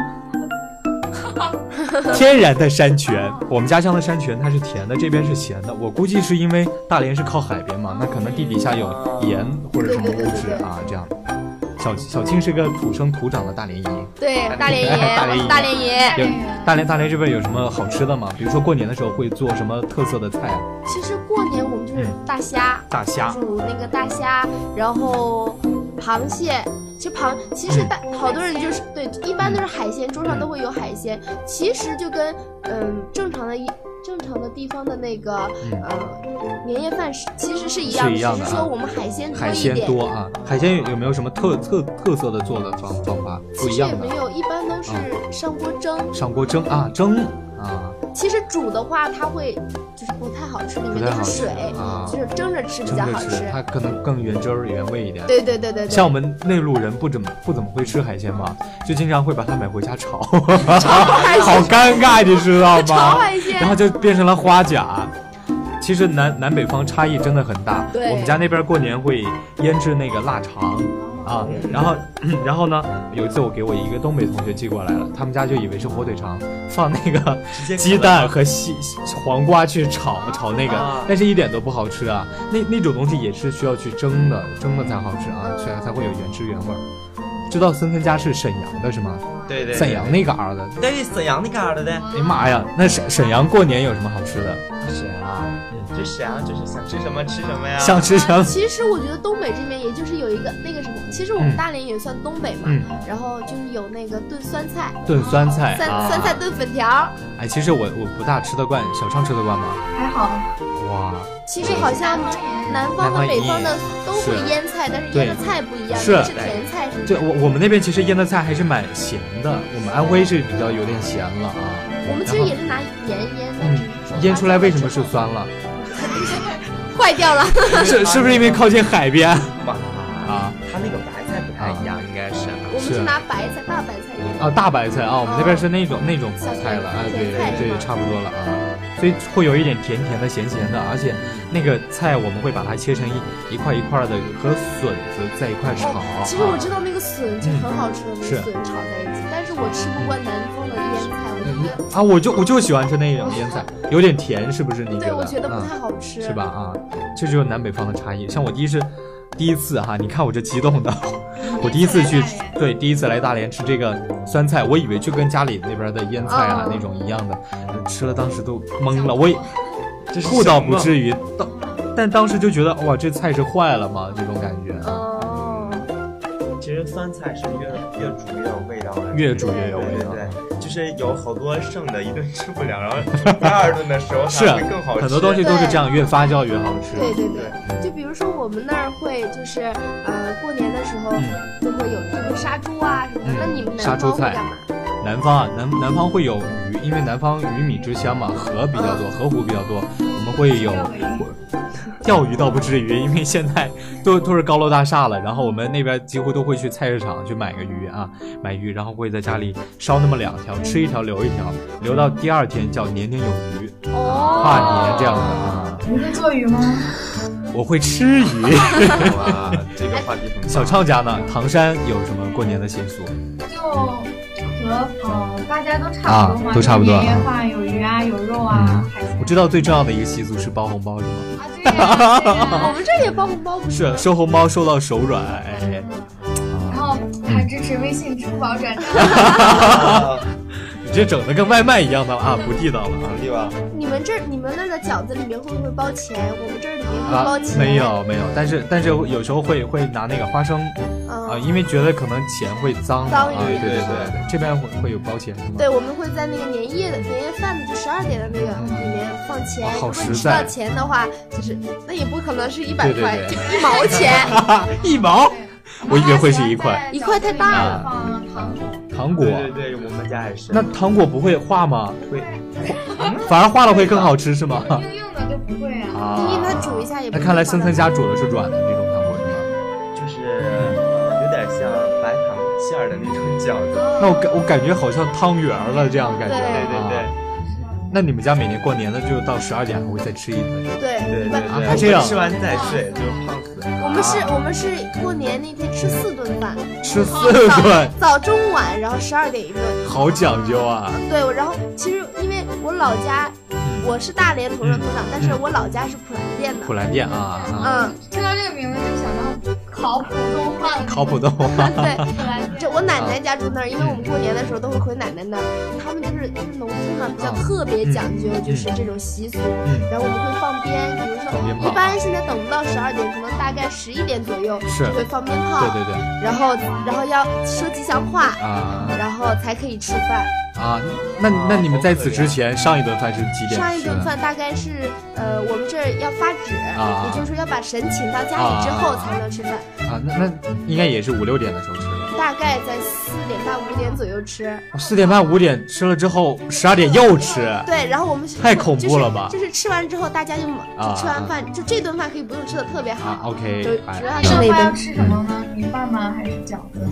天然的山泉，我们家乡的山泉它是甜的，这边是咸的。我估计是因为大连是靠海边嘛，那可能地底下有盐或者什么物质啊，这样。小小庆是个土生土长的大连爷，
对，大连爷，
哎大
我
连
是
爷
大连爷。
有大连大连这边有什么好吃的吗？比如说过年的时候会做什么特色的菜啊？
其实过年我们就是大虾，
大虾
煮那个大虾，然后螃蟹。其实螃，其实大好多人就是对，一般都是海鲜，桌上都会有海鲜。其实就跟嗯正常的一正常的地方的那个
嗯
呃年夜饭是其实是一样
是
的，
一样
只
的
是
啊
说我们海鲜多
海
一
鲜
点。
多啊，海鲜有有没有什么特特特色的做的方方法不
其
一
实
样
也没
的？啊
有，一般都是上锅蒸。
上锅蒸啊，蒸啊，
其实煮的话，它会就是不太好吃，里
不
面
太
都
好
是
吃
水，
啊
就是蒸着吃比
蒸
较
着
好吃
吃，。它可能更原汁儿原味一点。
对对对对对，
像我们内陆人不怎么不怎么会吃海鲜嘛，就经常会把它买回家炒，啊 好尴尬，你知道
炒
吗？
海鲜
然后就变成了花甲。其实南南北方差异真的很大。
对
我们家那边过年会腌制那个腊肠
哦
啊，然后 然后呢，有一次我给我一个东北同学寄过来了，他们家就以为是火腿肠，放那个
直接
鸡蛋和西黄瓜去炒炒那个
啊，
但是一点都不好吃啊。那那种东西也是需要去蒸的，蒸了才好吃啊，所以才会有原汁原味儿。知道森森家是沈阳的是吗？
对对
沈阳那嘎儿的，
对沈阳那嘎达的，
哎呀妈呀，那沈沈阳过年有什么好吃的？
沈阳，就沈阳就是想吃什么吃什么呀。
啊想吃什么？
啊其实我觉得东北这边也就是有一个那个什么，其实我
嗯
们大连也算东北嘛，
嗯
然后就是有那个炖酸菜，
炖酸菜
酸、
啊！
酸菜炖粉条，
哎，其实我我不大吃得惯，小畅吃得惯吗？
哎还好，
哇，
其实好像南方
南方
和
也
北方的都会
是
腌菜，但是
对
腌的菜不一样，
是
一
哎
个是甜菜是
这我我们那边其实腌的菜还是蛮咸的，我们安徽是比较有点咸了啊。
我们其实也是拿盐腌的，
嗯
只是说
腌出来为什么是酸了？
坏掉了？
是是不是因为靠近海边？
妈
啊
它嗯那个白菜不太一样，应该是啊。
我们
是
是拿白菜、大白菜腌的。
啊，大白菜啊，我们那边是那种那种
小
菜了，哎，
甜
对
菜
对
是吗
对，差不多了啊，所以会有一点甜甜的、咸咸的，而且那个菜我们会把它切成一一块一块的，和笋子在一块炒。
哦其实我知
道，
道那个笋就很好吃的，那个
嗯是
笋炒在一起，但是我吃不惯南方的腌菜，我觉得，
啊，我就我就喜欢吃那种腌菜，有点甜，是不是？你觉
对
得？
我觉得不
嗯
太好吃，
是吧？？啊，这就是南北方的差异。像我第一次，第一次哈、你看我这激动的，我第一次去
来大，连
对，第一次来大连吃这个酸菜，我以为就跟家里那边的腌菜啊、
哦
那种一样的，呃吃了当时都懵了，我也吐倒不至于，当但当时就觉得哇，这菜是坏了吗？这种感觉，
哦，
其实酸菜是越越煮越有味道的，
越煮越有
对
味
对
道。
对，就是有好多剩的，一顿吃不了，然后第二顿的时候
是啊
它会更好吃。
很多东西都是这样，越发酵越好吃。
对对对，就比如说我们那儿会就是呃过年的时候
嗯
就会有这个杀猪啊什么的
嗯，
那你们
杀
南
猪
方会
菜
干嘛？
南方啊，南南方会有鱼，因为南方鱼米之乡嘛，河比较多，河湖比较多，我们会有钓鱼倒不至于，因为现在都都是高楼大厦了。然后我们那边几乎都会去菜市场去买个鱼啊，买鱼，然后会在家里烧那么两条，吃一条留一条，留到第二天叫年年有余，
哦，
跨年这样的。啊。
你会做鱼吗？
我会吃鱼。
哇，这个话题很
小畅家呢，唐山有什么过年的习俗？
就和呃大家都差不多
啊
嘛，
都差不多
有年夜饭有鱼啊，有肉啊，海鲜
我知道最重要的一个习俗是包红包，是吗？
啊，对呀对
我
呀
们这儿也包红包不吗
是收红包收到手软，哎。
然后还支持微信、支付宝转账。
嗯
棒，
你这整的跟外卖一样的了啊，不地道了
能力吧？
你们这儿你们那儿的饺子里面会不会包钱？我们这儿里面会
啊！
包
啊
钱，
没有没有，但是但是有时候会会拿那个花生啊，
啊
因为觉得可能钱会脏嘛
脏一
啊，对
点
对对对，这边会会有包钱是吗？
对，我们会在那个年夜的年夜饭的，就十二点的那个里面放钱。
嗯哦好
如果你
实
吃
在
到钱的话，就是那也不可能是一百
对对
块，
对
就 一毛 钱。
一毛 我以为会是一块啊
然后
一块太大
了
放糖果
糖 果
对，对对，我们家也是。
那糖果不会化吗？
会
反而化了会更好吃是吗？
硬硬的就不会啊。
啊
因为它煮一下也不
那
会
看来
放
森
到
森家煮的是软的那种糖果是吗？
就是有点像白糖馅儿的那种饺子。
那我感我感觉好像汤圆儿了这样的感觉，
对
对对对
啊。那你们家每年过年的就到十二点还会再吃一顿？
对
对对
一般
啊
对，
还这样
吃完再睡就胖死了。
我们是，
啊
我们是过年那天吃四顿饭，
吃四顿，
早中晚，然后十二点一顿。
好讲究啊！
对，我然后其实因为我老家，
嗯
我是大连土生土长，但是我老家是普兰店的
普。兰店啊，啊
嗯，
听到这个名字就想到考古动画了。
烤普通 话。
对，
出来的
这我奶
啊
奶家住那儿，因为我们过年的时候都会回奶奶那儿，他们就是就是农村嘛，比
啊
较特
嗯
别讲究就是这种习俗，然后我们会放鞭，比如
放鞭炮
说一般现在等不到十二点，可能大概十一点左右
是
就会放鞭炮
对，对对
然后然后要说吉祥话，
啊
然后才可以吃饭。
啊！那
哦
那你们在此之前上一顿饭是几点？
上一顿。饭大概是呃，我们这儿要发纸，
啊
也就是说要把神请到家里之后才能吃饭，
啊，那那应该也是五六点的时候吃的。
大概在四点半五点左右吃。
我四点半五点吃了之后，十二点又吃。
对，然后我们
啊太恐怖了吧
就是就是吃完之后，大家就马
啊
就吃完饭，就这顿饭可以不用吃的特别
啊
好，
，OK，
就
哎
主要
吃
是
完饭要吃什么呢？米饭吗？还是饺子？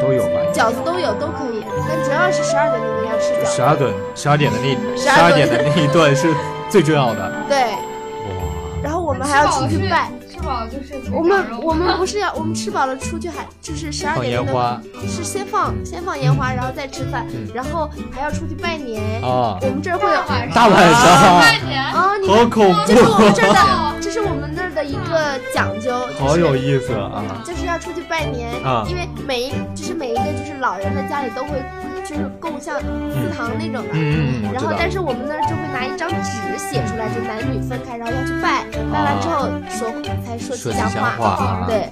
都有吧？
饺子都有都可以，但主要是十二点钟要吃饺
十
子。
二顿，十二点的那十二
12
点
顿
的那一顿是最重要的。
对，
哇，
然后我们还要出去拜。
吃饱了就是
我们我们不是要我们吃饱了出去还就是十二
放
点
烟
钟的
花嗯
是先放先放烟花，然后再吃饭，然后还要出去拜年。
啊
我们这儿会有啊
大晚上，
你
好
们
恐
这是我们这
怖，
儿的，这是我们那儿的一个讲究，
好
就
有
是
意思啊！
就是要出去拜年
啊
因为每一就是每一个就是老人的家里都会就是供像祠堂那种的。
嗯嗯，我
然
知
后，
道。
但是我们那儿就会拿一张纸写出来，就男女分开，然后要去拜，拜完之后说才说
哦说
吉
吉
祥
祥话啊
对，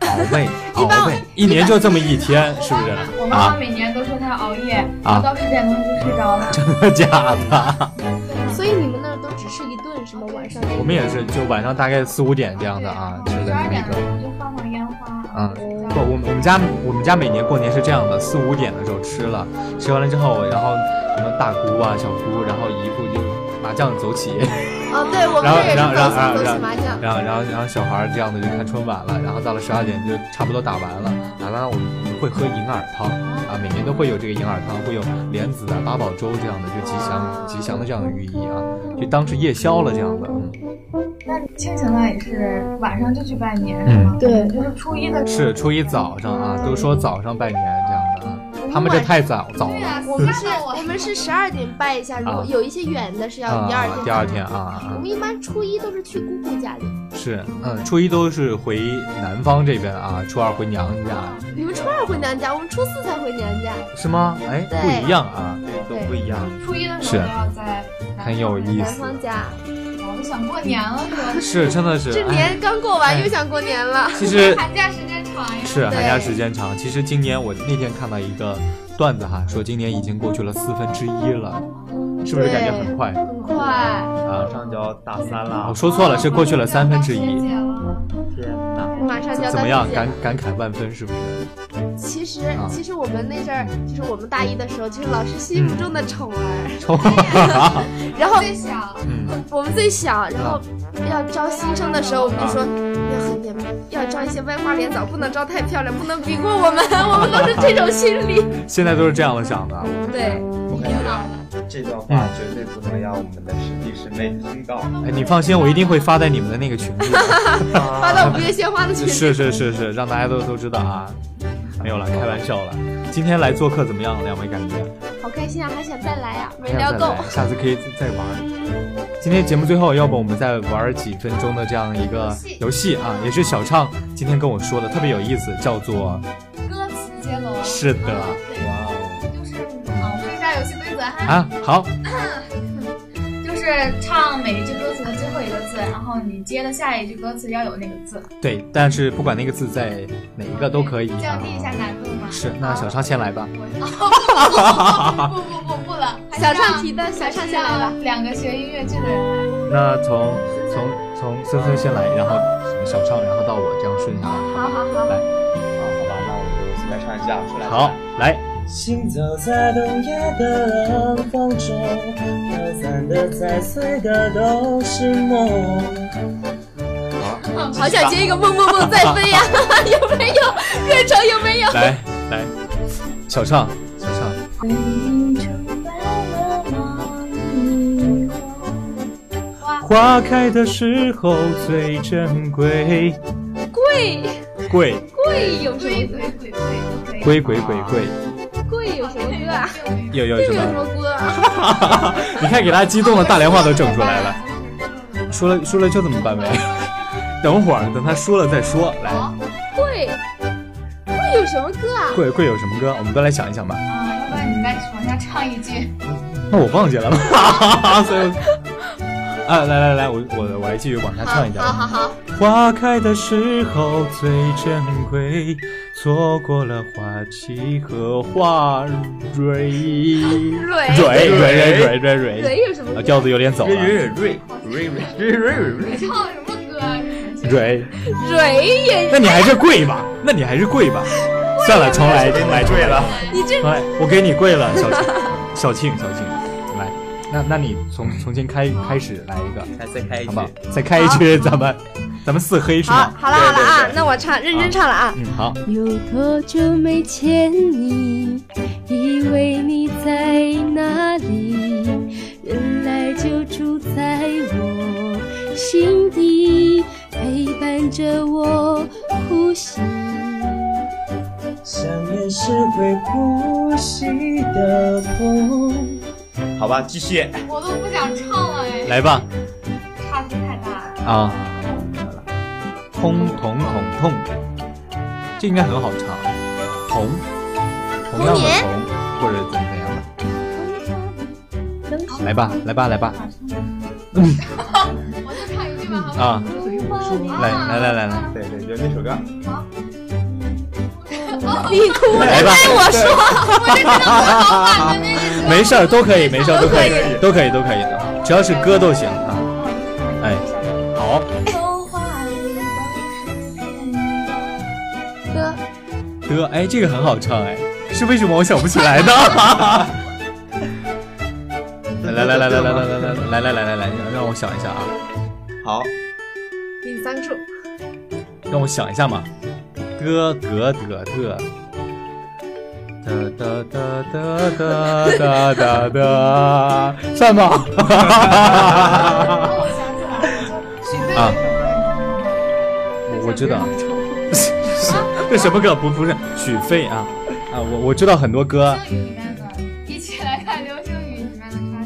熬妹，
一般
熬妹，一年就这么一天，是不是？
我妈
啊
妈，每年都说她熬夜，熬到十点多就睡着了。
真啊的 假的？
所以你们那儿都只是一顿什么晚上？
我们也是，就晚上大概四五点这样的啊，吃
十
的
二
那
点
个
了。就放放烟花。
啊，不，我们我们家我们家每年过年是这样的，四五点的时候吃了，吃完了之后，然后什么大姑啊、小姑，然后姨父就麻将走起，
啊，对我们
然后
这也是
然后然后然
走
后
走
然
起
后
麻将，
然后然后然后小孩儿这样的就看春晚了，然后到了十二点就差不多打完了，打完了我们会喝银耳汤啊，每年都会有这个银耳汤，会有莲子啊、八宝粥这样的，就吉祥吉祥的这样的寓意啊，就当是夜宵了这样的，嗯
那你清醒了也是晚上就去拜年是吗？
对
就是初一的
嗯是初一早上啊，都说早上拜年这样的啊，
嗯
他们这太早早了啊
我们是，我们是十二点拜一下，如果
啊
有一些远的是要嗯第二天。
第二天。啊
我
啊
们一般初一都是去姑姑家里。
是，嗯，初一都是回南方这边啊，初二回娘家，
你们初二回娘家，我们初四才回娘家。
是吗？哎，
对
不一样啊，都
对
不一样，
初一的
是
时候都要呃在
很有意
南
思，
方家，
我就想过年了是吧？
是真的是。
这
哎
年刚过完，
哎
又想过年了。
其实
寒假时间长呀。
是
对
寒假时间长，其实今年我那天看到一个段子哈，说今年已经过去了四分之一了，是不是感觉很快
很快，
啊？
上就要大三了
我，说错了，是过去了三分之
马上就
一。
要当学姐了
天哪！
马上就要
怎么
当
样？
姐
感
了
感慨万分是不是？
其实
啊，
其实我们那阵儿，就是我们大一的时候，就是老师心目中的宠儿，
抽，
然后
最小，
嗯，
我们最小，然后
啊
要招新生的时候，我们就说要很点，要招一些歪瓜裂枣，不能招太漂亮，不能比过我 们，我们都是这种心理。
现在都是这样的想的。
对，
我感觉这段话绝对不能让我们的师弟师妹听到。
哎，你放心，我一定会发在你们的那个 群里的。
嗯
发到五月鲜花的群里。
是是是是，让大家都都知道啊。没有了，开玩笑了。今天来做客怎么样？两位感觉？
好开心啊，还想再来啊，没
还
聊
想再
够
来。下次可以再玩。今天节目最后，要不我们再玩几分钟的这样一个游戏啊，也是小畅今天跟我说的，特别有意思，叫做
歌词接龙。
是的
对，就是啊，我说一下游戏规则哈。
啊，好，
就是唱每一句歌词的最后一个字，然后你接的下一句歌词要有那个字，
对，但是不管那个字在哪一个都可以
降
啊
低。一下难度嘛。
是，那小畅先来吧。
我哦不不不不不了，还是
小
让
畅提的，小
还
畅
是
先来吧。
让两个学音乐剧的人
那从从从森森先来，然后小畅，然后到我这样顺下来。
来。好好好，
啊，好吧，那我就随便唱一下，出来。
好，来，
行走在冬夜的冷风中，飘散的、踩碎的都是梦。
好想接一个蹦蹦蹦再飞呀、有没有？热成有没有？
来来，小畅，小畅，
回忆充满了梦与
花开的时候最珍贵，
贵
贵
贵有什
鬼
么
贵
鬼鬼鬼鬼。
贵贵贵，
贵有什么歌啊？
有有
这
什
个有什
么？
么歌啊？
你看给大家激动的大连话都整出来了。输了输了就这么办呗，等会儿等他输了再说。来，
贵贵有什么歌啊？
贵贵有什么歌？我们都来想一想吧。
啊，要不然你再往下唱一句。
那我忘记了， 所以我。啊，来来来，我我我来继续往下唱一下。
好好好，
花开的时候最珍贵，错过了花期和花蕊。
蕊
蕊蕊蕊蕊蕊蕊，
蕊有什么
啊，
歌？
调子有点走了。
瑞瑞瑞瑞瑞瑞瑞，
你唱什么歌啊？
蕊，
蕊也，
那你还是跪吧，那你还是跪吧。算了，重来，重来，跪了。
你这
重来，我给你跪了，小庆，小庆，小庆，来，那那你从重新开开始来一个，
还再开一
好
句
不。好？再开一句，咱们咱们四黑是
好
吗？
好了好了
对
啊
对，对
那我唱认真唱了啊。
嗯，好。
有多久没见你？以为你在哪里？原来就住在我心底，陪伴着我呼吸。
想念是会呼吸的痛。好吧，继续。
我都不想唱了哎，
来吧，
差距太大了。
啊，通彤彤痛，这应该很好唱，同同样的
年
同或者怎么怎样的，来吧，来吧，来 吧，
我就唱一句吧，好不好？
啊，
啊
来来来来来，
对对，就那首歌。
你哭了，
来吧，
我说
没事儿，都可以，没事儿，都可以， 都可以，都可以的，只要是歌都行啊。哎，好，
歌
的，哎，这个 很好唱，哎，是为什么我想不起来呢？来来来来来来来来来来来来来，让让我想一下啊，
好，
给你三个数，
让我想一下嘛，的格的的。哒哒哒哒哒哒哒哒，算吗？
我想起来了，许飞
啊
那首歌
我我知道， 这什么歌？不不是许飞啊啊！我我知道很多歌。
流星雨里面的，一起来看流星雨里面的插曲。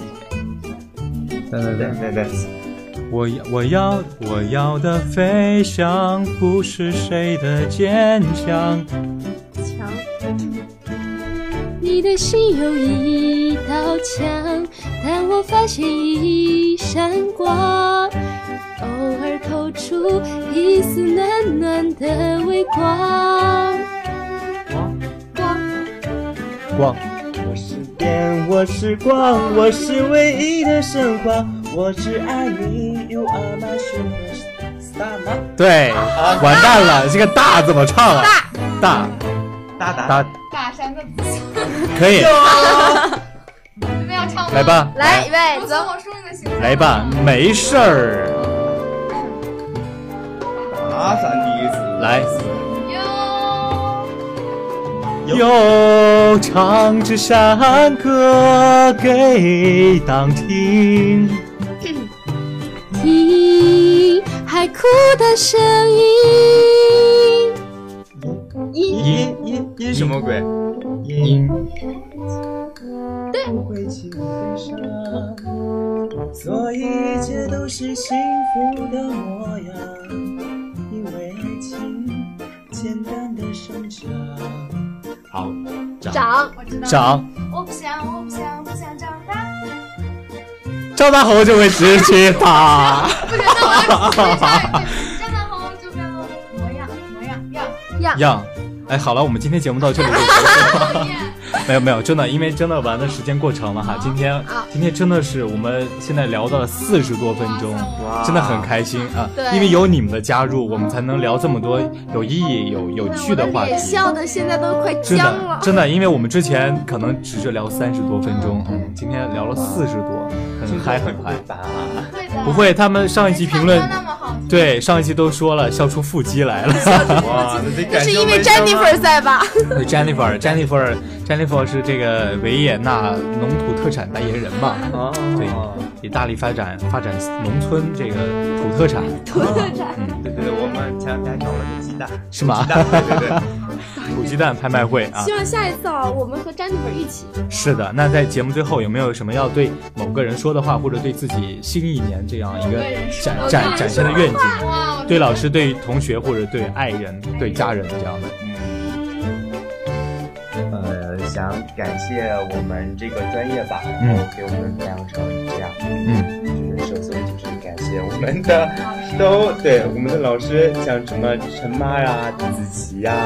对对对。
对对，
我要我要我要的飞翔，不是谁的坚强。
强，
你的心有一道墙，但我发现一闪光，偶尔透出一丝暖暖的微光。
光，
我是电，我是光，我是唯一的神话，我只爱你，You are my superstar 吗？
对，完蛋了，这个大怎么唱啊？大
大
大
达
大，
大山的，
可以，
你们要唱吗？
来，吧，
来预备
我
走
从。我说你的形象。
来吧，没事儿，
啊
打伞第一次，
来。
哟，
又唱支山歌给党听，
听海哭的声音，
音音音什么鬼？
音
不会去悲伤，所以一切都是幸福的模样，因为爱情简单的生长。
好，
长
我知道。
长
我不想，我不想，不想长大。
赵大猴就会直接打。
不是，那我要唱一句，张大红就变做模样，模样 样。
样。哎，好了，我们今天节目到这里就结束了。没有没有，真的，因为真的玩的时间过长了
哦
哈。今天
啊
今天真的是我们现在聊到了四十多分钟，
哇
真的很开心啊！
啊对
因为有你们的加入，我们才能聊这么多有意义、有有趣的话
脸
题。
笑的现在都快
真
僵
的
了。
真的，因为我们之前可能只是聊三十多分钟，嗯，今天聊了四十多，很嗨很嗨。
打，
会的。
不会，他们上一期评论
唱歌那么好听，
对上一期都说了，笑出腹肌 来了。
哇，这感
是
受
因为
为
啊
什么
Jennifer 在吧？
对 Jennifer Jennifer Jennifer 是这个维也纳农土特产代言人嘛？
哦
对，也大力发展发展农村这个土特产，
土特产，嗯对对对，我们前两天还搞了个鸡蛋，
是吗
鸡？蛋，对对对，
土鸡蛋拍卖会啊
希，望下一次啊，我们和 Jennifer 一起。
是的。那在节目最后有没有什么要对某个人说的话，或者对自己新一年这样一个展展展现的愿景？
哇，
对老师、对同学或者对爱人、对家人这样的，
呃，想感谢我们这个专业吧，
嗯
然后给我们培养成这样。
嗯，
就是首先就是感谢我们的都对我们的老师，像什么陈妈呀、子琪呀，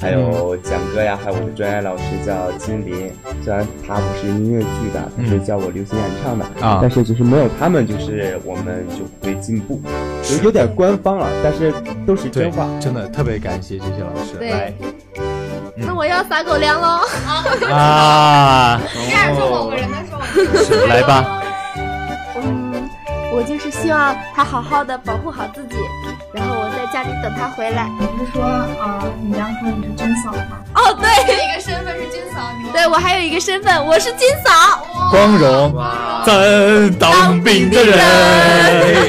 还有蒋哥呀，还有我的专业老师叫金林。虽然他不是音乐剧的，他是
嗯
教我流行演唱的，
嗯
啊
但是就是没有他们，就是我们就不会进步，有有点官方了，但是都是
对
真话。，
真的特别感谢这些老师。
对
来嗯
那我要撒狗粮喽！
啊，
这样说
哦
某个人的时候，我就是
来吧。
嗯，我就是希望他好好的保护好自己，然后我在家里等他回来。
不是说啊，你当初你是真嫂吗？
哦，对，
一个身份是真嫂，你
对我还有一个身份，我是金嫂。
光荣
哇，
咱当兵的人，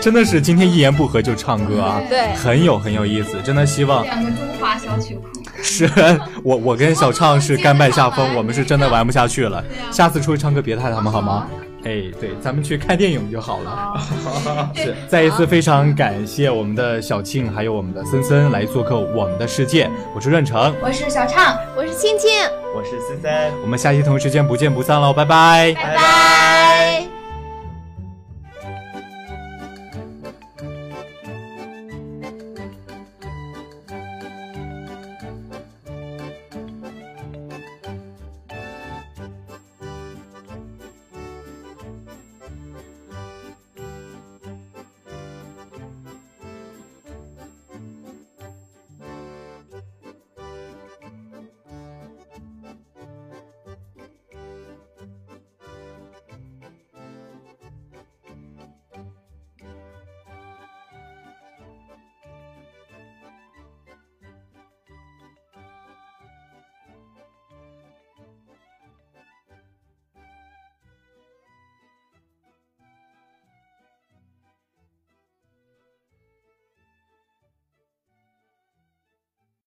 真的是今天一言不合就唱歌啊，
对
很有很有意思，真的希望
两个中华小曲库。
是 我我跟小畅是甘拜下风，我们是真的玩不下去了，下次出去唱歌别带他们好吗？哎，对，咱们去看电影就好
哦
了。是，再一次非常感谢我们的小庆，还有我们的森森来做客我们的世界，我是任成，
我是小畅，
我是青青，
我是森森，
我们下期同一时间不见不散喽，拜拜。
拜拜。